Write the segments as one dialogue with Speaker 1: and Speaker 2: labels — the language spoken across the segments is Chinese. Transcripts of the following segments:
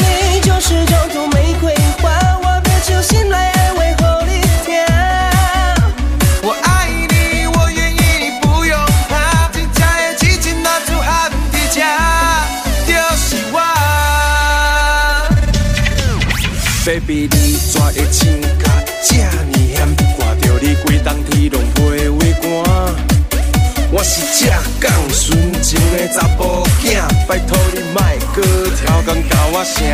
Speaker 1: 你九十九朵玫瑰花，我的酒心来安慰后一天。我爱你，我愿意，你不用怕，真正的痴情拿出喊你吃，就是我。
Speaker 2: Baby，你怎会穿甲这呢险？看着你规冬天拢被畏寒。我是浙江纯情的查甫囝，拜托你莫搁超工甲我声。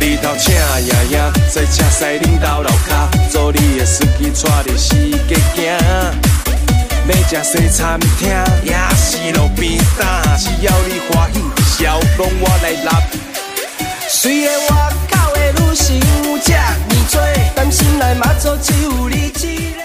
Speaker 2: 日头请爷爷，赛车驶恁兜楼骹，做你的司机带你四界行。要食西餐厅，也是路边摊，只要你欢喜，笑拢我来รับ。
Speaker 1: 虽然外口的女性有这呢多，但心内嘛做只有你一个。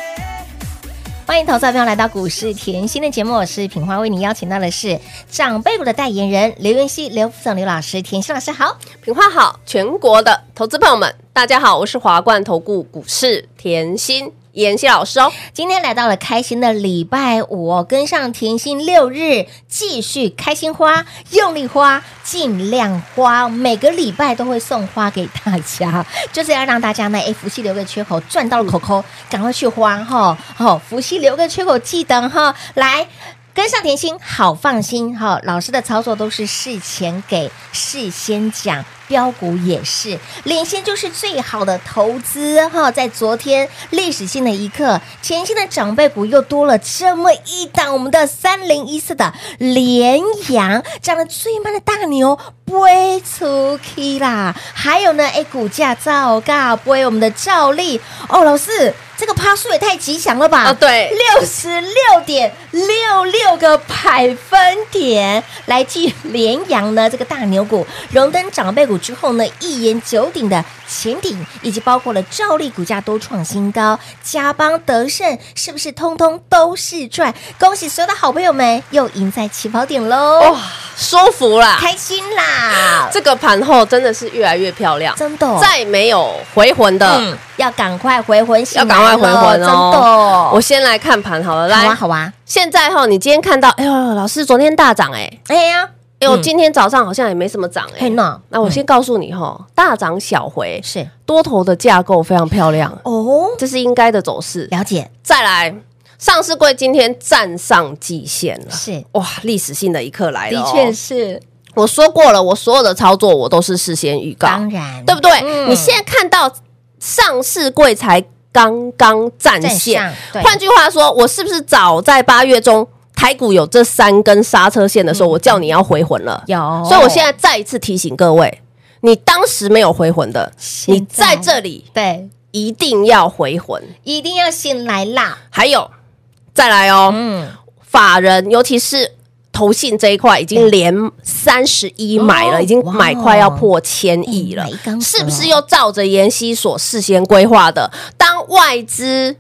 Speaker 3: 欢迎投资者朋友来到股市甜心的节目，我是品花，为你邀请到的是长辈股的代言人刘云熙、刘副总、刘老师、甜心老师好。
Speaker 4: 品话好，全国的投资朋友们，大家好，我是华冠投顾股市甜心妍希老师哦。
Speaker 3: 今天来到了开心的礼拜五哦，跟上甜心六日，继续开心花，用力花，尽量花，每个礼拜都会送花给大家， 就是要让大家呢，哎，福气留个缺口，赚到了口口，赶快去花哈，好、福气留个缺口，记得哈，来。跟上甜心，好放心哈、老师的操作都是事前给，事先讲，标股也是，领先就是最好的投资哈、在昨天历史性的一刻，甜心的长辈股又多了这么一档，我们的三零一四的联阳涨得最慢的大牛飞出去啦，还有呢，哎，股价照尬飞，我们的照例哦，老师。这个趴数也太吉祥了吧！
Speaker 4: 啊对
Speaker 3: 六十六点六六个百分点，来继联阳呢这个大牛股荣登长辈股之后呢，一言九鼎的前顶，以及包括了照例股价都创新高，嘉邦德胜是不是通通都是赚？恭喜所有的好朋友们又赢在起跑点喽！
Speaker 4: 哇、舒服啦！
Speaker 3: 开心啦！
Speaker 4: 这个盘后真的是越来越漂亮，
Speaker 3: 真的哦
Speaker 4: 再没有回魂的，
Speaker 3: 嗯，要赶快回魂醒
Speaker 4: 要
Speaker 3: 来了，
Speaker 4: 赶快回魂
Speaker 3: 真的
Speaker 4: 哦
Speaker 3: 哦！。
Speaker 4: 我先来看盘好了，
Speaker 3: 好
Speaker 4: 来，
Speaker 3: 啊，好啊，
Speaker 4: 现在哈，你今天看到，哎呦，老师昨天大涨哎、
Speaker 3: 哎呀，
Speaker 4: 哎呦，
Speaker 3: 嗯
Speaker 4: 今天早上好像也没什么涨哎、
Speaker 3: 嘿嗯呢，
Speaker 4: 那我先告诉你哈，大涨小回，
Speaker 3: 是
Speaker 4: 多头的架构非常漂亮，
Speaker 3: 哦，
Speaker 4: 这是应该的走势。
Speaker 3: 了解，
Speaker 4: 再来，上市柜今天站上季线了，
Speaker 3: 是
Speaker 4: 哇，历史性的一刻来了、哦。
Speaker 3: 是，
Speaker 4: 我说过了，我所有的操作我都是事先预告，
Speaker 3: 当然，
Speaker 4: 对不对？
Speaker 3: 嗯
Speaker 4: 你现在看到上市柜才刚刚站
Speaker 3: 站
Speaker 4: 线
Speaker 3: 上，对
Speaker 4: 换句话说，我是不是早在八月中？台股有这三根刹车线的时候，我叫你要回魂了。
Speaker 3: 有
Speaker 4: 所以我现在再一次提醒各位，你当时没有回魂的，
Speaker 3: 现
Speaker 4: 你在这里
Speaker 3: 对，
Speaker 4: 一定要回魂。
Speaker 3: 一定要醒来啦，
Speaker 4: 还有，再来哦，
Speaker 3: 嗯，
Speaker 4: 法人，尤其是投信这一块，已经连三十一买了，
Speaker 3: 哦
Speaker 4: 已经
Speaker 3: 哇哦
Speaker 4: 买快要破千亿
Speaker 3: 嗯
Speaker 4: 了
Speaker 3: 买一缸，子哦
Speaker 4: 是不是又照着妍希所事先规划的？当外资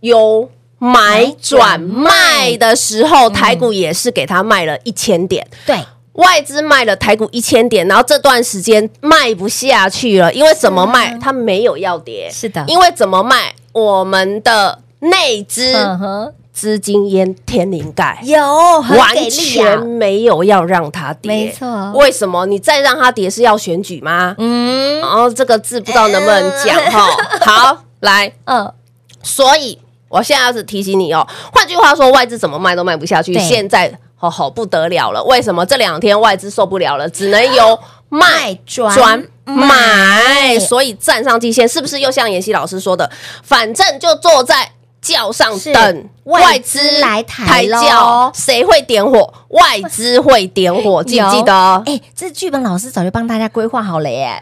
Speaker 4: 有买转卖的时候，台股也是给他卖了一千点。
Speaker 3: 对，
Speaker 4: 外资卖了台股一千点，然后这段时间卖不下去了，因为怎么卖？它没有要跌，
Speaker 3: 嗯是的
Speaker 4: 因为怎么卖？我们的内资
Speaker 3: 嗯哼，
Speaker 4: 资金淹天灵盖，
Speaker 3: 有很
Speaker 4: 完
Speaker 3: 给力啊
Speaker 4: 全，没有要让它跌。
Speaker 3: 没错
Speaker 4: 为什么你再让它跌是要选举吗？
Speaker 3: 嗯
Speaker 4: 然后这个字不知道能不能讲 哈。好，来，
Speaker 3: 嗯，
Speaker 4: 所以我现在要是提醒你哦，换句话说，外资怎么卖都卖不下去，
Speaker 3: 对
Speaker 4: 现在好好、不得了了。为什么这两天外资受不了了，只能由卖
Speaker 3: 卖转
Speaker 4: 买？所以站上季线，是不是又像妍希老师说的，反正就坐在。轿上
Speaker 3: 是
Speaker 4: 等
Speaker 3: 外资来抬
Speaker 4: 抬
Speaker 3: 咯
Speaker 4: 轿，谁会点火？外资会点 火，记不记得？
Speaker 3: 哎，这剧本老师早就帮大家规划好了 耶，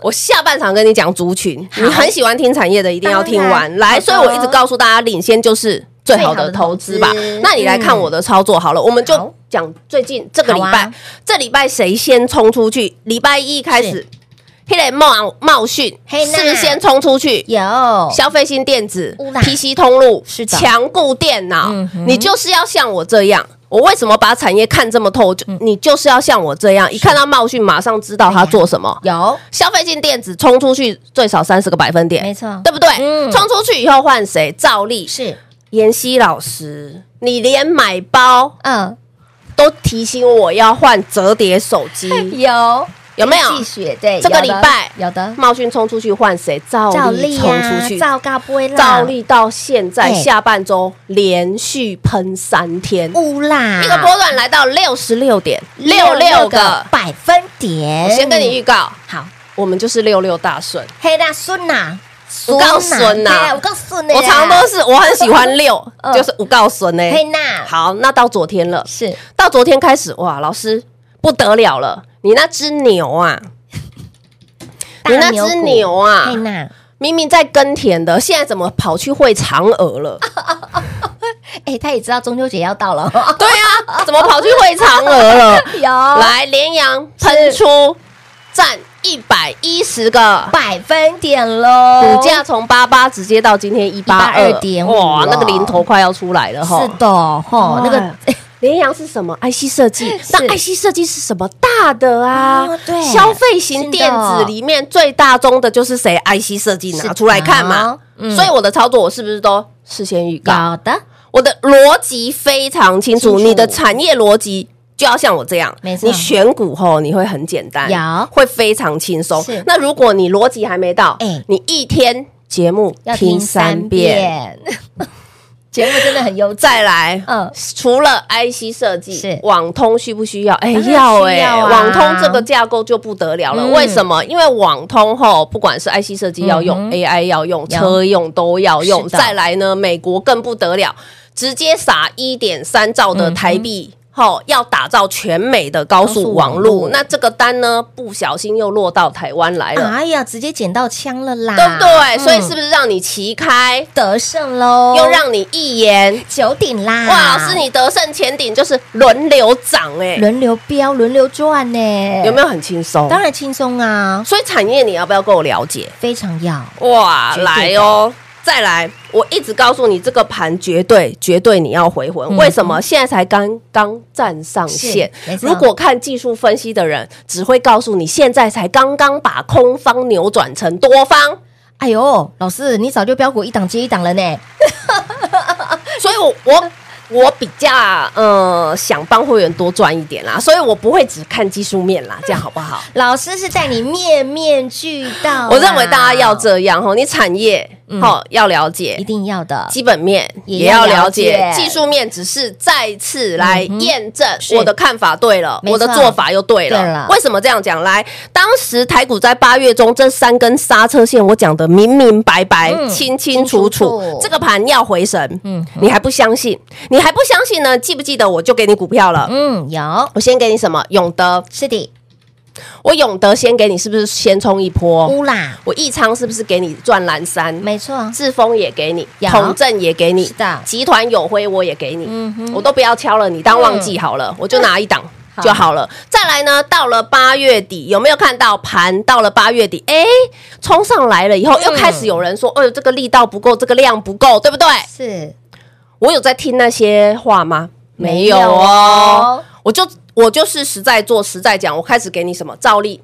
Speaker 4: 我下半场跟你讲族群，
Speaker 3: 好
Speaker 4: 你很喜欢听产业的，一定要听
Speaker 3: 当然
Speaker 4: 完。来，
Speaker 3: 好的
Speaker 4: 所以我一直告诉大家，领先就是最好的投资吧
Speaker 3: 最好的投资。
Speaker 4: 那你来看我的操作好了，我们
Speaker 3: 好
Speaker 4: 就讲最近这个礼
Speaker 3: 好
Speaker 4: 拜
Speaker 3: 啊，
Speaker 4: 这礼拜谁先冲出去？礼拜一开
Speaker 3: 是
Speaker 4: 始，黑雷茂茂讯
Speaker 3: 嘿呐
Speaker 4: 事先冲出去，
Speaker 3: 有
Speaker 4: 消费性电子
Speaker 3: 乌啦、
Speaker 4: PC 通路
Speaker 3: 是的
Speaker 4: 强固电脑
Speaker 3: 嗯，哼
Speaker 4: 你就是要像我这样。我为什么把产业看这么透？
Speaker 3: 嗯
Speaker 4: 就你就是要像我这样，一看到茂讯，马上知道他做什么。
Speaker 3: 有，
Speaker 4: 消费性电子冲出去最少三十个百分点，
Speaker 3: 没错
Speaker 4: 对不对？
Speaker 3: 嗯
Speaker 4: 冲出去以后换谁？照例
Speaker 3: 是，
Speaker 4: 妍希老师，你连买包
Speaker 3: 嗯，
Speaker 4: 都提醒我要换折叠手机，
Speaker 3: 哎有
Speaker 4: 有没有？
Speaker 3: 继续对，
Speaker 4: 这个
Speaker 3: 有的
Speaker 4: 礼拜
Speaker 3: 有的
Speaker 4: 茂讯冲出去换谁？
Speaker 3: 照
Speaker 4: 照
Speaker 3: 例
Speaker 4: 例
Speaker 3: 呀
Speaker 4: 冲出去，
Speaker 3: 照告不会啦，
Speaker 4: 照例到现在
Speaker 3: 哎
Speaker 4: 下半周连续喷三天，
Speaker 3: 乌啦，
Speaker 4: 一个波段来到六十六点六六个。
Speaker 3: 百分点，
Speaker 4: 我先跟你预告，
Speaker 3: 好，
Speaker 4: 我们就是六六大顺。
Speaker 3: 黑大孙呐，
Speaker 4: 我告诉孙呐
Speaker 3: 嘿啊我告诉你，
Speaker 4: 我常常都是我很喜欢六
Speaker 3: 嗯，
Speaker 4: 就是五告顺呢。欸
Speaker 3: 黑娜，
Speaker 4: 好，那到昨天了，
Speaker 3: 是
Speaker 4: 到昨天开始，哇，老师不得了了，你那只牛啊，你那只牛啊
Speaker 3: 黑，娜，
Speaker 4: 明明在耕田的，现在怎么跑去会嫦娥了？
Speaker 3: 哎，他也知道中秋节要到了，哎哦
Speaker 4: 对啊，怎么跑去会嫦娥了？
Speaker 3: 有
Speaker 4: 来，连阳喷出占一百一十个。
Speaker 3: 百分点喽，
Speaker 4: 股价从八八直接到今天一八二
Speaker 3: 182.5
Speaker 4: 哇
Speaker 3: 了，
Speaker 4: 那个零头快要出来了哈。
Speaker 3: 是的，吼，那个
Speaker 4: 哎联阳是什么？IC 设计，
Speaker 3: 哎是
Speaker 4: 那 IC 设计是什么大的啊
Speaker 3: 哦？对
Speaker 4: 消费型电子里面最大宗的就是谁？IC 设计
Speaker 3: 是
Speaker 4: 拿
Speaker 3: 的
Speaker 4: 出来看嘛。
Speaker 3: 嗯
Speaker 4: 所以我的操作我是不是都事先预告？
Speaker 3: 有的
Speaker 4: 我的逻辑非常清楚，
Speaker 3: 清楚
Speaker 4: 你的产业逻辑。就要像我这样，
Speaker 3: 没错
Speaker 4: 你选股后你会很简单，
Speaker 3: 有
Speaker 4: 会非常轻松
Speaker 3: 是。
Speaker 4: 那如果你逻辑还没到，
Speaker 3: 哎
Speaker 4: 你一天节目
Speaker 3: 要
Speaker 4: 听
Speaker 3: 听
Speaker 4: 三
Speaker 3: 三
Speaker 4: 遍，
Speaker 3: 遍， 节目真的很优质，
Speaker 4: 再来，
Speaker 3: 嗯
Speaker 4: 除了 IC 设计
Speaker 3: 是，
Speaker 4: 网通需不需要？哎，
Speaker 3: 当然
Speaker 4: 要哎、
Speaker 3: 需要啊
Speaker 4: 网通这个架构就不得了了。
Speaker 3: 嗯
Speaker 4: 为什么？因为网通吼，不管是 IC 设计要
Speaker 3: 嗯
Speaker 4: 用、
Speaker 3: 哼
Speaker 4: AI 要用、车用都要用。
Speaker 3: 是的
Speaker 4: 再来呢，美国更不得了，直接撒一点三兆的台币。吼，要打造全美的高
Speaker 3: 嗯高速
Speaker 4: 速
Speaker 3: 网
Speaker 4: 网
Speaker 3: 路
Speaker 4: 路，那这个单呢，不小心又落到台湾来了，
Speaker 3: 哎呀，直接捡到枪了啦，
Speaker 4: 对不对？所以
Speaker 3: 嗯哦
Speaker 4: 是不是让你旗开，
Speaker 3: 得胜喽？
Speaker 4: 又让你一言
Speaker 3: 九鼎啦！
Speaker 4: 哇，老师，你得胜前顶就是轮流涨哎、
Speaker 3: 轮流飙，轮流转呢，
Speaker 4: 有没有很轻松？
Speaker 3: 当然轻松啊，
Speaker 4: 所以产业你要不要够了解？
Speaker 3: 非常要
Speaker 4: 哇，
Speaker 3: 绝对
Speaker 4: 来哦，再来！我一直告诉你，这个盘绝对绝对你要回魂。为什么？现在才刚刚站上线
Speaker 3: 是没。错
Speaker 4: 如果看技术分析的人，只会告诉你现在才刚刚把空方扭转成多方。
Speaker 3: 哎呦，老师，你早就标股一档接一档了呢。
Speaker 4: 所以我我。我比较呃想帮会员多赚一点啦，所以我不会只看技术面啦，这样好不好？
Speaker 3: 老师是带你面面俱到啊，
Speaker 4: 我认为大家要这样吼，你产业吼、要了
Speaker 3: 一
Speaker 4: 解，
Speaker 3: 定要的，
Speaker 4: 基本面
Speaker 3: 也
Speaker 4: 也
Speaker 3: 要
Speaker 4: 要
Speaker 3: 了
Speaker 4: 了
Speaker 3: 解
Speaker 4: 解，技术面只是再次来
Speaker 3: 嗯哼
Speaker 4: 验证
Speaker 3: 是
Speaker 4: 我的看法对了，
Speaker 3: 没错
Speaker 4: 我的做法又对了。
Speaker 3: 对了
Speaker 4: 为什么这样讲？来，当时台股在八月中这三根刹车线，我讲的明明白白、
Speaker 3: 嗯
Speaker 4: 清清
Speaker 3: 清楚
Speaker 4: 楚楚
Speaker 3: 楚，
Speaker 4: 这个盘要回神。
Speaker 3: 嗯
Speaker 4: 嗯，你还不相信？你还不相信呢？记不记得我就给你股票了？
Speaker 3: 嗯，有
Speaker 4: 我先给你什么？永德，
Speaker 3: 是的，
Speaker 4: 我永德先给你，是不是先冲一波？
Speaker 3: 乌啦，
Speaker 4: 我益昌是不是给你赚蓝山？
Speaker 3: 没错，
Speaker 4: 志峰也给你
Speaker 3: 有，
Speaker 4: 统正也给你
Speaker 3: 是的，
Speaker 4: 集团友辉我也给你
Speaker 3: 嗯哼，嗯
Speaker 4: 我都不要敲了，你当旺季好了，我就拿一档
Speaker 3: 好
Speaker 4: 就好了。再来呢，到了八月底，有没有看到盘到了八月底？哎，冲上来了以
Speaker 3: 嗯
Speaker 4: 后，又开始有人说，哦，这个力道不够，这个量不够，对不对？
Speaker 3: 是
Speaker 4: 我有在听那些话吗？
Speaker 3: 没
Speaker 4: 没
Speaker 3: 有
Speaker 4: 有
Speaker 3: 哦
Speaker 4: 哦，我就我就是实在做实在讲，我开始给你什么照例。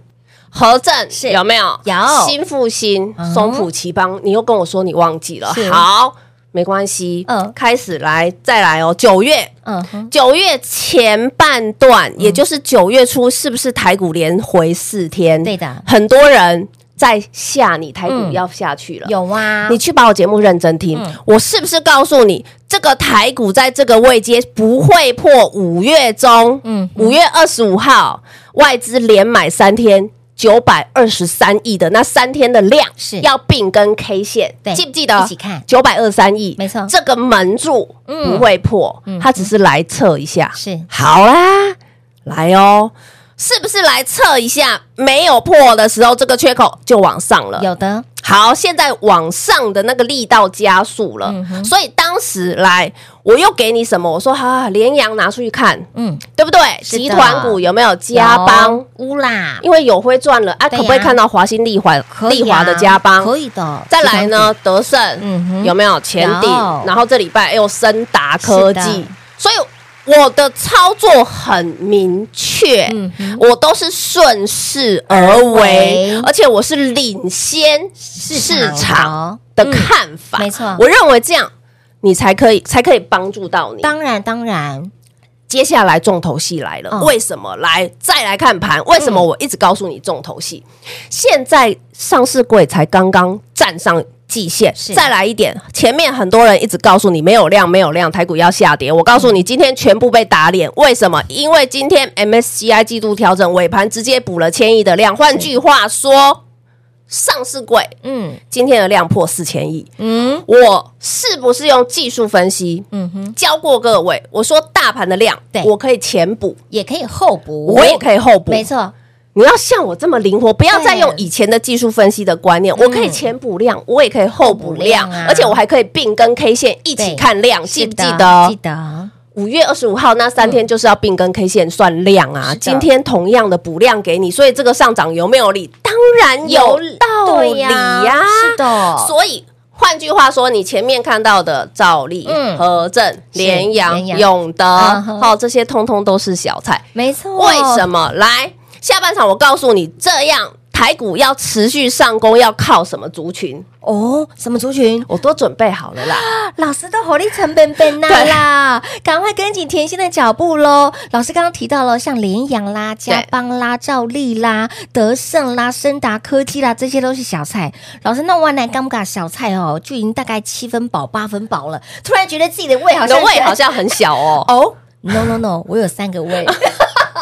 Speaker 4: 和正
Speaker 3: 是
Speaker 4: 有没有？
Speaker 3: 有
Speaker 4: 新复兴
Speaker 3: 嗯、
Speaker 4: 松浦奇邦，你又跟我说你忘记了
Speaker 3: 是，
Speaker 4: 好，没关系，
Speaker 3: 嗯
Speaker 4: 开始来再来哦。九月，
Speaker 3: 嗯哼，
Speaker 4: 九月前半段，
Speaker 3: 嗯
Speaker 4: 也就是九月初，是不是台股连回四天？
Speaker 3: 对的
Speaker 4: 很多人在吓你，台股
Speaker 3: 嗯
Speaker 4: 要下去了。
Speaker 3: 有啊，嗯
Speaker 4: 你去把我节目认真听，我是不是告诉你，这个台股在这个位阶不会破五月中，
Speaker 3: 嗯
Speaker 4: 嗯，五月二十五号外资连买三天。九百二十三亿的那三天的量
Speaker 3: 是
Speaker 4: 要并跟 K 线
Speaker 3: 对，
Speaker 4: 记不记得？
Speaker 3: 一起看
Speaker 4: 九百二三亿，
Speaker 3: 没错嗯
Speaker 4: 这个门柱不会破，它只是来测一下。
Speaker 3: 是
Speaker 4: 好啦，来哦，是不是来测一下？没有破的时候，这个缺口就往上了。
Speaker 3: 有的，
Speaker 4: 好，现在往上的那个力道加速了，
Speaker 3: 嗯哼
Speaker 4: 所以当时来我又给你什么？我说好、啊，联阳拿出去看，
Speaker 3: 嗯，
Speaker 4: 对不对？
Speaker 3: 是的
Speaker 4: 集团股有没有加邦
Speaker 3: 有？乌啦，
Speaker 4: 因为友辉赚了啊，
Speaker 3: 对呀
Speaker 4: 可不可以看到华兴丽华、
Speaker 3: 可以
Speaker 4: 丽
Speaker 3: 啊
Speaker 4: 华的加邦？
Speaker 3: 可以的。
Speaker 4: 再来呢，德胜，
Speaker 3: 嗯哼
Speaker 4: 有没有前顶
Speaker 3: 有？
Speaker 4: 然后这礼拜又森达科
Speaker 3: 是的
Speaker 4: 技，所以我的操作很明确，
Speaker 3: 嗯
Speaker 4: 我都是顺势而为，
Speaker 3: 为
Speaker 4: 而且我是领先
Speaker 3: 场
Speaker 4: 市
Speaker 3: 的
Speaker 4: 场的看法，
Speaker 3: 嗯没错
Speaker 4: 我认为这样你才可以才可以帮助到你。
Speaker 3: 当然当然，
Speaker 4: 接下来重头戏来了，
Speaker 3: 嗯
Speaker 4: 为什么来？再来看盘，为什么我一直告诉你重头戏？现在上市柜才刚刚站上。季线
Speaker 3: 是，
Speaker 4: 再来一点。前面很多人一直告诉你没有量，没有量，台股要下跌。我告诉你，今天全部被打脸。为什么？因为今天 MSCI 季度调整尾盘直接补了千亿的量。换句话说，上市柜
Speaker 3: 嗯
Speaker 4: 今天的量破四千亿，
Speaker 3: 嗯
Speaker 4: 我是不是用技术分析？
Speaker 3: 嗯哼，
Speaker 4: 教过各位，我说大盘的量
Speaker 3: 对，
Speaker 4: 我可以前补，
Speaker 3: 也可以候补，
Speaker 4: 我也可以后补。
Speaker 3: 没，错，
Speaker 4: 你要像我这么灵活，不要再用以前的技术分析的观念。我可以前补量，我也可以后补
Speaker 3: 后补量
Speaker 4: 量
Speaker 3: 啊，
Speaker 4: 而且我还可以并跟 K 线一起
Speaker 3: 对
Speaker 4: 看量，
Speaker 3: 是
Speaker 4: 记不记
Speaker 3: 的记
Speaker 4: 得？
Speaker 3: 得，
Speaker 4: 五月二十五号那三天就是要并跟 K 线算量啊
Speaker 3: 嗯是的。
Speaker 4: 今天同样的补量给你，所以这个上涨有没有理？当然有道
Speaker 3: 对
Speaker 4: 理
Speaker 3: 呀
Speaker 4: 呀。
Speaker 3: 啊是的，
Speaker 4: 所以换句话说，你前面看到的兆利
Speaker 3: 嗯、
Speaker 4: 和正、
Speaker 3: 是
Speaker 4: 联
Speaker 3: 联
Speaker 4: 阳、
Speaker 3: 阳
Speaker 4: 永德，
Speaker 3: 嗯哼
Speaker 4: 好，这些通通都是小菜。
Speaker 3: 没错，
Speaker 4: 为什？么？来，下半场我告诉你，这样台股要持续上攻，要靠什么族群？
Speaker 3: 哦，什么族群？
Speaker 4: 我都准备好了啦。
Speaker 3: 啊老师都火力成本本呐啦，赶快跟紧甜心的脚步喽！老师刚刚提到了像联阳啦、加邦啦、兆利啦、德胜啦、森达科技啦，这些都是小菜。老师，那万来干不干小菜哦，就已经大概七分饱、八分饱了，突然觉得自己的胃哎好
Speaker 4: 你的
Speaker 3: 像。
Speaker 4: 胃好像很小哦
Speaker 3: 哦，no no no，我有三个胃。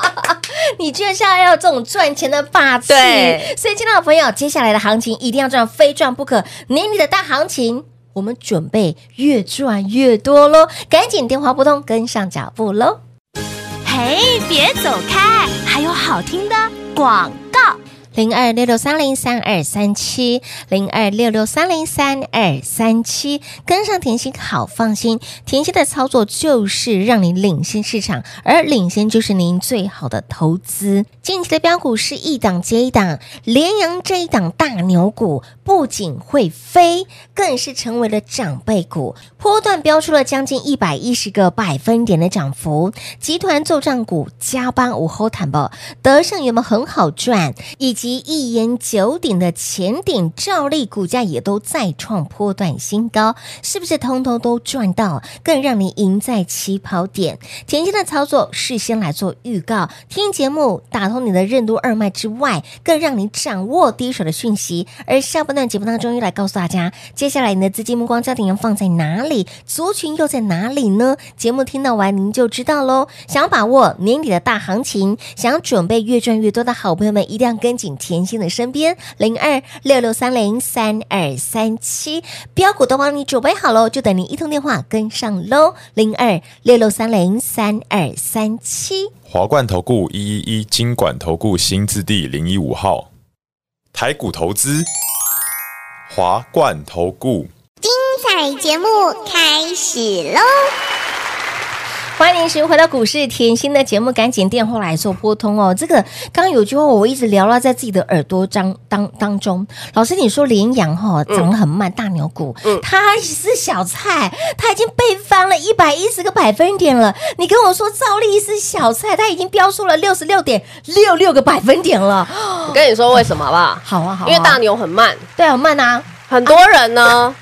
Speaker 3: 你居然现在要有这种赚钱的霸气，
Speaker 4: 对
Speaker 3: 所以，亲爱的朋友，接下来的行情一定要赚，非赚不可，年底的大行情。我们准备越赚越多喽，赶紧电话拨通，跟上脚步喽。
Speaker 5: 嘿，别走开，还有好听的广告。
Speaker 3: 零二六六三零三二三七，零二六六三零三二三七，跟上甜心好放心。甜心的操作就是让你领先市场，而领先就是您最好的投资。近期的标股是一档接一档，联阳这一档大牛股不仅会飞，更是成为了长辈股，波段标出了将近一百一十个百分点的涨幅。集团做账股加班午后坦报，德胜有没有很好赚？以及一言九鼎的前顶照例股价也都再创波段新高，是不是通通都赚到？更让你赢在起跑点。甜心的操作事先来做预告，听节目打通你的任督二脉之外，更让你掌握第一手的讯息。而下半段节目当中，又来告诉大家，接下来你的资金目光焦点要放在哪里，族群又在哪里呢？节目听到完您就知道喽。想要把握年底的大行情，想要准备越赚越多的好朋友们，一定要跟紧甜心的身边，零二六六三零三二三七，标股都帮你准备好喽，就等你一通电话跟上喽，零二六六三零三二三七。
Speaker 6: 华冠投顾一一一金管投顾新字第零一五号，台股投资，华冠投顾。
Speaker 7: 彩节目开始喽！
Speaker 3: 欢迎您回到股市甜心的节目，赶紧电话来做拨通哦。这个刚刚有句话我一直聊到在自己的耳朵当当当中，老师你说羚羊
Speaker 4: 嗯
Speaker 3: 哈、长得很慢，大牛股，它是小菜，它已经被翻了一百一十个百分点了。你跟我说照例是小菜，它已经标出了六十六点六六个百分点了。
Speaker 4: 我跟你说为什么好不好？
Speaker 3: 好啊，好啊，
Speaker 4: 因为大牛很慢，
Speaker 3: 对啊慢啊，
Speaker 4: 很多人呢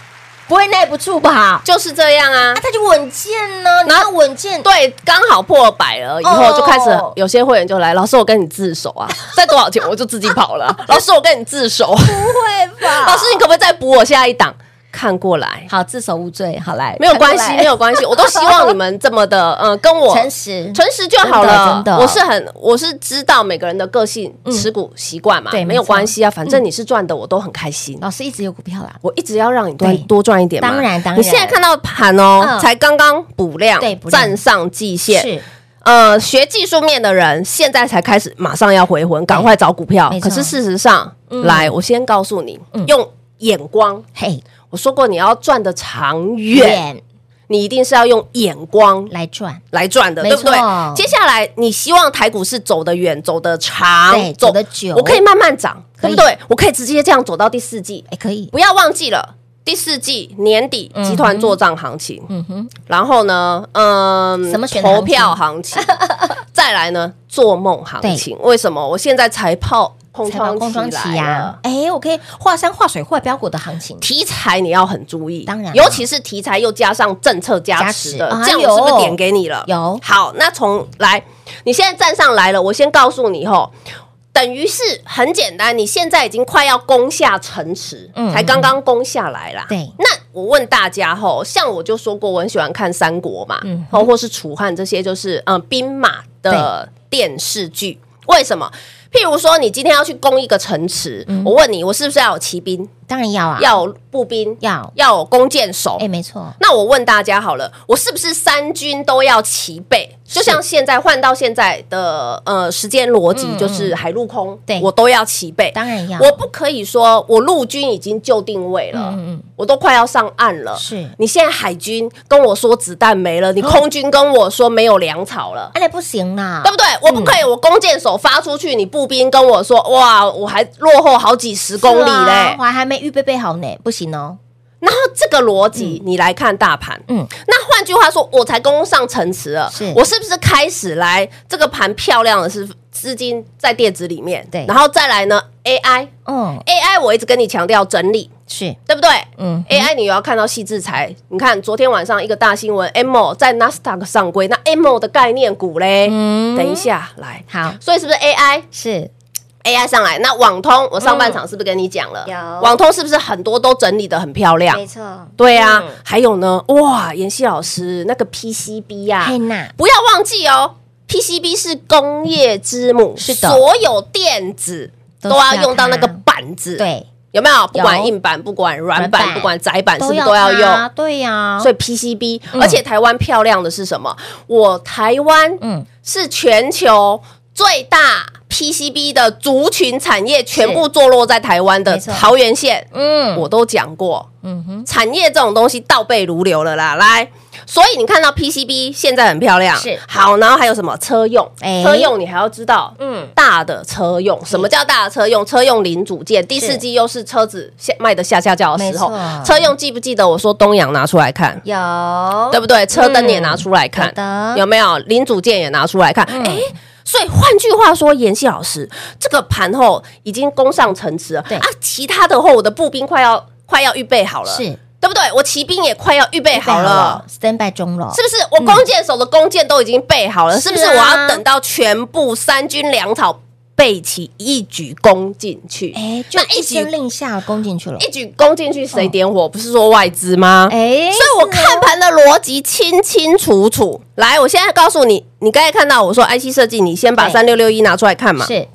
Speaker 3: 不会耐不住吧？
Speaker 4: 就是这样啊
Speaker 3: 啊，。它就稳健呢、你
Speaker 4: 然
Speaker 3: 要
Speaker 4: 后
Speaker 3: 稳健，
Speaker 4: 对，刚好破了百了以后，
Speaker 3: 哦
Speaker 4: 就开始有些会员就来，老师我跟你自首 啊，再多少钱我就自己跑了。老师我跟你自首，
Speaker 3: 不会吧？
Speaker 4: 老师你可不可以再补我下一档？看过来，
Speaker 3: 好，自首无罪，好来，
Speaker 4: 没有关系，没
Speaker 3: 有。
Speaker 4: 有关系，我都希望你们这么 的，嗯，跟我
Speaker 3: 诚实，
Speaker 4: 诚实就好了
Speaker 3: 真的真。的
Speaker 4: 我是很，我是知道每个人的个性、持股习惯嘛，
Speaker 3: 对
Speaker 4: 没有
Speaker 3: 没错
Speaker 4: 关系啊，反正你是赚的，我都很开心。
Speaker 3: 老师一直有股票啦，
Speaker 4: 我一直要让你多
Speaker 3: 对
Speaker 4: 多赚一点嘛，
Speaker 3: 当然当然
Speaker 4: 你现在看到盘哦，
Speaker 3: 嗯
Speaker 4: 才刚刚补量，
Speaker 3: 对补量
Speaker 4: 站上季线。呃，学技术面的人现在才开始，马上要回魂，赶快找股票
Speaker 3: 没。错
Speaker 4: 可是事实上，
Speaker 3: 嗯
Speaker 4: 来，我先告诉你
Speaker 3: 嗯，
Speaker 4: 用眼光。
Speaker 3: 嘿，
Speaker 4: 我说过，你要赚的长远，你一定是要用眼光
Speaker 3: 来赚，
Speaker 4: 来赚的，
Speaker 3: 没
Speaker 4: 对不对
Speaker 3: 错？
Speaker 4: 接下来你希望台股是走得远、走得长、
Speaker 3: 对走得久
Speaker 4: 我可以慢慢涨，
Speaker 3: 可
Speaker 4: 对
Speaker 3: 以
Speaker 4: 不对？我可以直接这样走到第四季。
Speaker 3: 哎，可以，
Speaker 4: 不要忘记了，第四季年底
Speaker 3: 嗯哼
Speaker 4: 集团做账行情，
Speaker 3: 嗯哼，
Speaker 4: 然后呢，嗯，
Speaker 3: 什么选的行
Speaker 4: 投
Speaker 3: 情
Speaker 4: 票 行情，再来呢，做梦行情。为什么我现在才泡空
Speaker 3: 财报
Speaker 4: 窗
Speaker 3: 空窗
Speaker 4: 期
Speaker 3: 期
Speaker 4: 来
Speaker 3: 呀
Speaker 4: 了？，
Speaker 3: 哎，我可以画山画水画标股的行情，
Speaker 4: 题材你要很注意，
Speaker 3: 当然啊
Speaker 4: 尤其是题材又加上政策加持的
Speaker 3: 加，持
Speaker 4: 这样
Speaker 3: 哎呦
Speaker 4: 我是不是点给你了？
Speaker 3: 有
Speaker 4: 好，那从来，你现在站上来了，我先告诉你吼，等于是很简单，你现在已经快要攻下城池，
Speaker 3: 嗯
Speaker 4: 才刚刚攻下来啦。
Speaker 3: 对
Speaker 4: 那我问大家吼，像我就说过，我很喜欢看三国嘛，
Speaker 3: 嗯
Speaker 4: 嗯，或是楚汉这些，就是嗯、呃兵马的电视剧。为什么？譬如说，你今天要去攻一个城池，
Speaker 3: 嗯
Speaker 4: 我问你，我是不是要有骑兵，
Speaker 3: 当然要啊，
Speaker 4: 要有步兵，
Speaker 3: 要，
Speaker 4: 要有弓箭手？
Speaker 3: 哎，没错，
Speaker 4: 那我问大家好了，我是不是三军都要齐备？就像现在换到现在的呃时间逻辑，就是海陆空，
Speaker 3: 嗯对
Speaker 4: 我都要齐备。
Speaker 3: 当然要，
Speaker 4: 我不可以说我陆军已经就定位了，
Speaker 3: 嗯嗯
Speaker 4: 我都快要上岸了。
Speaker 3: 是哦
Speaker 4: 你现在海军跟我说子弹没了，你空军跟我说没有粮草了。
Speaker 3: 哎，那不行啦
Speaker 4: 对，不对？我不可以，我弓箭手发出去，你步兵跟我说，哇，我还落后好几十公
Speaker 3: 是
Speaker 4: 里
Speaker 3: 啊
Speaker 4: 嘞
Speaker 3: 我。还没预备备好呢，不行哦，
Speaker 4: 然后这个逻辑，你来看大盘，
Speaker 3: 嗯，
Speaker 4: 那换句话说，我才刚上层池了，
Speaker 3: 是
Speaker 4: 我是不是开始来这个盘漂亮的是资金在电子里面，
Speaker 3: 对
Speaker 4: 然后再来呢 AI，AI
Speaker 3: 嗯，
Speaker 4: 我一直跟你强调整理，
Speaker 3: 是，
Speaker 4: 对不对？
Speaker 3: 嗯
Speaker 4: AI 你又要看到细制裁，你看昨天晚上一个大新闻，MO 在 NASDAQ 上柜，那 MO 的概念股嘞，
Speaker 3: 嗯
Speaker 4: 等一下来，
Speaker 3: 好，
Speaker 4: 所以是不是 AI
Speaker 3: 是
Speaker 4: AI 上来？那网通我上半场是不是跟你讲了？
Speaker 3: 嗯有
Speaker 4: 网通是不是很多都整理的很漂亮？
Speaker 3: 错，
Speaker 4: 对啊，还有呢，哇，妍希老师那个 PCB 呀、
Speaker 3: 嘿娜，
Speaker 4: 不要忘记哦，PCB 是工业之母，
Speaker 3: 是的
Speaker 4: 所有电子
Speaker 3: 都
Speaker 4: 都
Speaker 3: 是要
Speaker 4: 要用到那个
Speaker 3: 它
Speaker 4: 板子，，
Speaker 3: 对，
Speaker 4: 有没有？不管
Speaker 3: 有
Speaker 4: 硬板，不管软
Speaker 3: 软
Speaker 4: 板，
Speaker 3: 板
Speaker 4: 不管窄板，是不是都
Speaker 3: 它嗯
Speaker 4: 要用？
Speaker 3: 啊对呀，
Speaker 4: 所
Speaker 3: 以
Speaker 4: 以 PCB，、而且台湾漂亮的是什么？我台湾
Speaker 3: 嗯
Speaker 4: 是全球最大 PCB 的族群产业，全部坐落在台湾的
Speaker 3: 没错
Speaker 4: 桃园县。
Speaker 3: 嗯，
Speaker 4: 我都讲过，
Speaker 3: 嗯哼，
Speaker 4: 产业这种东西倒背如流了啦。来，所以你看到 PCB 现在很漂亮，
Speaker 3: 是
Speaker 4: 好，然后还有什么车用？
Speaker 3: 哎
Speaker 4: 车用你还要知道，
Speaker 3: 嗯
Speaker 4: 嗯，大的车用，什么叫大的车用？车用零组件，第四季又是车子下卖的下下叫的时候
Speaker 3: 没错，
Speaker 4: 车用记不记得我说东阳拿出来看？
Speaker 3: 有
Speaker 4: 对不对？车灯也拿出来看
Speaker 3: 有，嗯的嗯
Speaker 4: 有没有零组件也拿出来看？哎、所以换句话说，妍希老师这个盘后已经攻上城池了，
Speaker 3: 对
Speaker 4: 啊，其他的后我的步兵快要快要预备好了，
Speaker 3: 是
Speaker 4: 对不对？我骑兵也快要预备好了。
Speaker 3: ，stand by 中了，嗯
Speaker 4: 是不是我弓箭手的弓箭都已经备好了？
Speaker 3: 是
Speaker 4: 是
Speaker 3: 啊
Speaker 4: 不是我要等到全部三军粮草备齐，一举攻进去？
Speaker 3: 哎，就
Speaker 4: 那
Speaker 3: 一哎
Speaker 4: 一举
Speaker 3: 声令下攻进去了，
Speaker 4: 一举攻进去，谁点火？不是说外资吗？
Speaker 3: 哎，
Speaker 4: 所以我看盘的逻辑清清楚楚。
Speaker 3: 哦
Speaker 4: 来，我现在告诉你，你刚才看到我说 IC 设计，你先把
Speaker 3: 对
Speaker 4: 三六六一拿出来看嘛，
Speaker 3: 是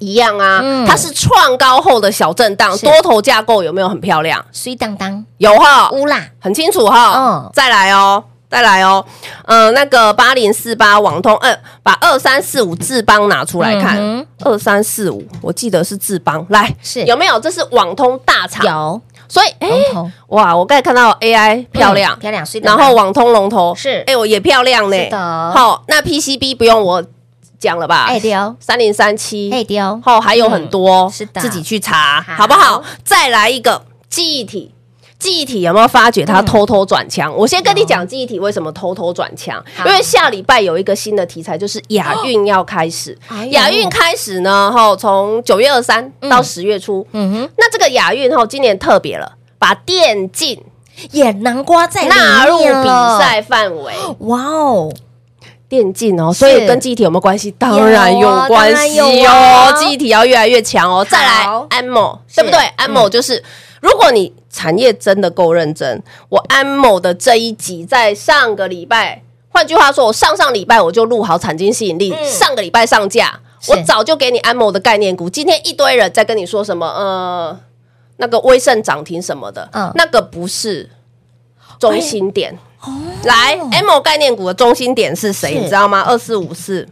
Speaker 4: 一样啊，
Speaker 3: 嗯
Speaker 4: 它是创高后的小震荡，
Speaker 3: 是
Speaker 4: 多头架构有没有很漂亮？
Speaker 3: 水当当
Speaker 4: 有哈，
Speaker 3: 乌啦，
Speaker 4: 很清楚哈。
Speaker 3: 嗯
Speaker 4: 再来哦，再来哦，嗯、那个八零四八网通，嗯、把二三四五智邦拿出来
Speaker 3: 嗯
Speaker 4: 看，二三四五，我记得是智邦，来
Speaker 3: 是
Speaker 4: 有没有？这是网通大厂，
Speaker 3: 有
Speaker 4: 所以哎、
Speaker 3: 龙头嗯
Speaker 4: 哇，我刚才看到 AI 漂亮。
Speaker 3: 嗯漂亮，水当
Speaker 4: 然
Speaker 3: 当
Speaker 4: 后网通龙头
Speaker 3: 是
Speaker 4: 哎、我也漂亮呢、
Speaker 3: 是的
Speaker 4: 好，那 PCB 不用我讲了吧？
Speaker 3: 哎丢
Speaker 4: 三零三七，
Speaker 3: 哎丢，
Speaker 4: 好，还有很多，
Speaker 3: 是的
Speaker 4: 自己去查
Speaker 3: 好
Speaker 4: 好不好？再来一个记忆体。记忆体有没有发觉
Speaker 3: 嗯
Speaker 4: 它偷偷转强？我先跟你讲记忆体为什么偷偷转强，
Speaker 3: 哦好
Speaker 4: 因为下礼拜有一个新的题材，就是亚运要开始
Speaker 3: 哎。呦
Speaker 4: 亚运开始呢，哈，从九月二三到十月初，
Speaker 3: 嗯哼，
Speaker 4: 那这个亚运哈，今年特别了，把电竞
Speaker 3: 也南瓜在里面
Speaker 4: 纳入比
Speaker 3: 了，
Speaker 4: 赛范围，
Speaker 3: 哇哦，
Speaker 4: 电竞哦，
Speaker 3: 是
Speaker 4: 所以跟记忆体有没有关系？当然
Speaker 3: 有
Speaker 4: 有
Speaker 3: 啊
Speaker 4: 关
Speaker 3: 当然
Speaker 4: 系
Speaker 3: 有啊
Speaker 4: 哦，记忆体要越来越强哦。再来
Speaker 3: 好
Speaker 4: ，AMO
Speaker 3: 是嗯
Speaker 4: 对不对？AMO 就是，如果你产业真的够认真，我 AMO 的这一集在上个礼拜，换句话说，我上上礼拜我就录好产经吸引力，上个礼拜上架，
Speaker 3: 嗯是
Speaker 4: 我早就给你 AMO 的概念股，今天一堆人在跟你说什么呃，那个威盛涨停什么的
Speaker 3: 嗯，
Speaker 4: 那个不是中心点。来，M 概念股的中心点是谁？
Speaker 3: 是
Speaker 4: 你知道吗？二四五四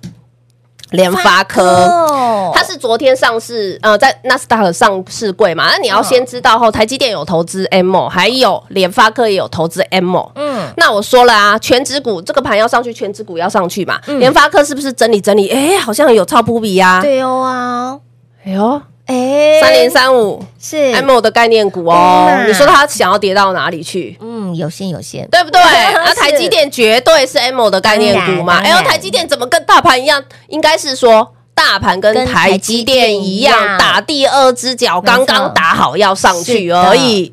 Speaker 4: 联发科。
Speaker 3: 哦
Speaker 4: 它是昨天上市，呃，在纳斯达克上市柜嘛。那你要先知道后，台积电有投资 M，还有联发科也有投资 M。
Speaker 3: 嗯
Speaker 4: 嗯，那我说了啊，全指股这个盘要上去，全指股要上去嘛。联发科是不是整理整理？哎，好像有超扑比呀。，
Speaker 3: 对哦啊，
Speaker 4: 哎呦，
Speaker 3: 哎，
Speaker 4: 三零三五
Speaker 3: 是
Speaker 4: M 的概念股
Speaker 3: 嗯
Speaker 4: 哦
Speaker 3: 啊。
Speaker 4: 你说它想要跌到哪里去？
Speaker 3: 嗯，有限有限，
Speaker 4: 对不 对？
Speaker 3: 是
Speaker 4: 那台积电绝对是 M 的概念股嘛？
Speaker 3: 当然
Speaker 4: 哎
Speaker 3: 当
Speaker 4: 呦
Speaker 3: 然，
Speaker 4: 台积电怎么跟大盘一样？应该是说大盘跟
Speaker 3: 跟
Speaker 4: 台积电一
Speaker 3: 台积电一样
Speaker 4: 样，打第二只脚，
Speaker 3: 没错
Speaker 4: 刚刚打好要上去而已。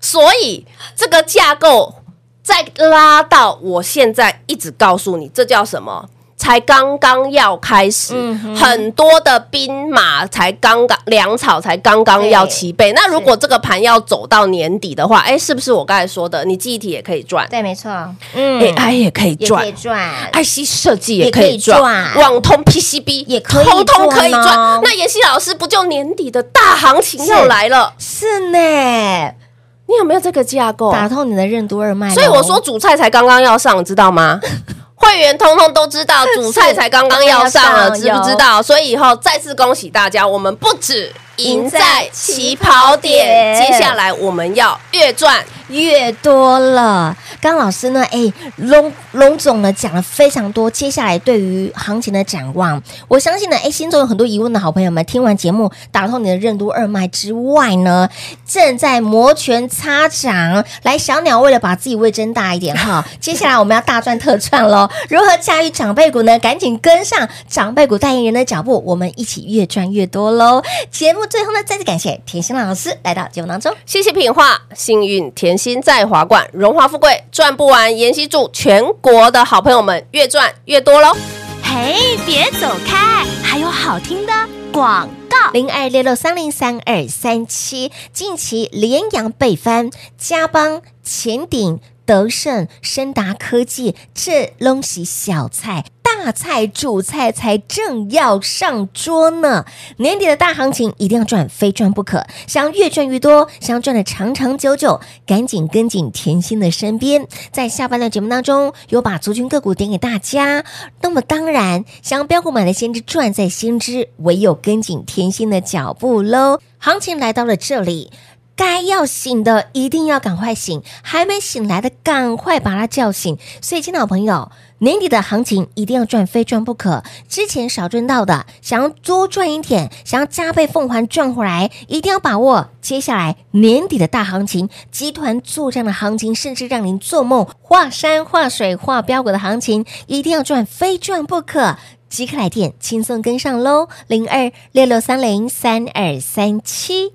Speaker 4: 所以这个架构再拉到我现在一直告诉你，这叫什么？才刚刚要开始，
Speaker 3: 嗯
Speaker 4: 很多的兵马才刚刚粮草才刚刚要齐备。那如果这个盘要走到年底的话，哎，是不是我刚才说的，你记忆体也可以赚
Speaker 3: 对，没错，嗯，
Speaker 4: ，AI 也可以
Speaker 3: 也可
Speaker 4: 赚
Speaker 3: 以赚，
Speaker 4: ，IC 设计
Speaker 3: 也
Speaker 4: 也
Speaker 3: 可
Speaker 4: 可
Speaker 3: 以
Speaker 4: 以
Speaker 3: 赚
Speaker 4: 赚，网通 PCB
Speaker 3: 也可以
Speaker 4: 通通可以
Speaker 3: 赚哦
Speaker 4: 赚。那妍希老师不就年底的大行情要来了？
Speaker 3: 是呢，
Speaker 4: 你有没有这个架构？
Speaker 3: 打透你的任督二脉咯，
Speaker 4: 所以我说主菜才刚刚要上，你知 道吗？会员通通都知道，主菜才刚刚要上
Speaker 3: 刚
Speaker 4: 了，
Speaker 3: 刚要上
Speaker 4: 知不知道？所以以后再次恭喜大家，我们不止赢在起跑
Speaker 3: 赢
Speaker 4: 点，
Speaker 3: 在起跑点
Speaker 4: 接下来我们要越赚。
Speaker 3: 越多了。刚老师呢，哎，龙龙总呢讲了非常多，接下来对于行情的展望，我相信呢，哎，心中有很多疑问的好朋友们，听完节目打通你的任督二脉之外呢，正在摩拳擦掌。来，小鸟为了把自己胃睁大一点哈， 接下来我们要大赚特赚喽！如何驾驭长辈股呢？赶紧跟上长辈股代言人的脚步，我们一起越赚越多喽！节目最后呢，再次感谢田心老师来到节目当中。
Speaker 4: 谢谢品画，幸运甜心在华冠，荣华富贵赚不完。妍希祝全国的好朋友们越赚越多喽！
Speaker 5: 嘿，别走开，还有好听的广告。
Speaker 3: 零二六六三零三二三七，近期联阳被翻，嘉邦、前鼎、德胜、深达科技这东西小菜。大菜主菜才正要上桌呢，年底的大行情一定要赚，非赚不可。想要越赚越多，想要赚的长长久久，赶紧跟紧甜心的身边。在下半段节目当中，有把族群个股点给大家，那么当然，想标股买的先知赚在先知，唯有跟紧甜心的脚步喽。行情来到了这里。该要醒的一定要赶快醒，还没醒来的赶快把他叫醒。所以，亲老朋友，年底的行情一定要赚，非赚不可。之前少赚到的，想要多赚一点，想要加倍奉还赚回来，一定要把握。接下来年底的大行情，集团作战的行情，甚至让您做梦画山画水画标股的行情，一定要赚，非赚不可。即刻来电，轻松跟上喽！零二六六三零三二三七。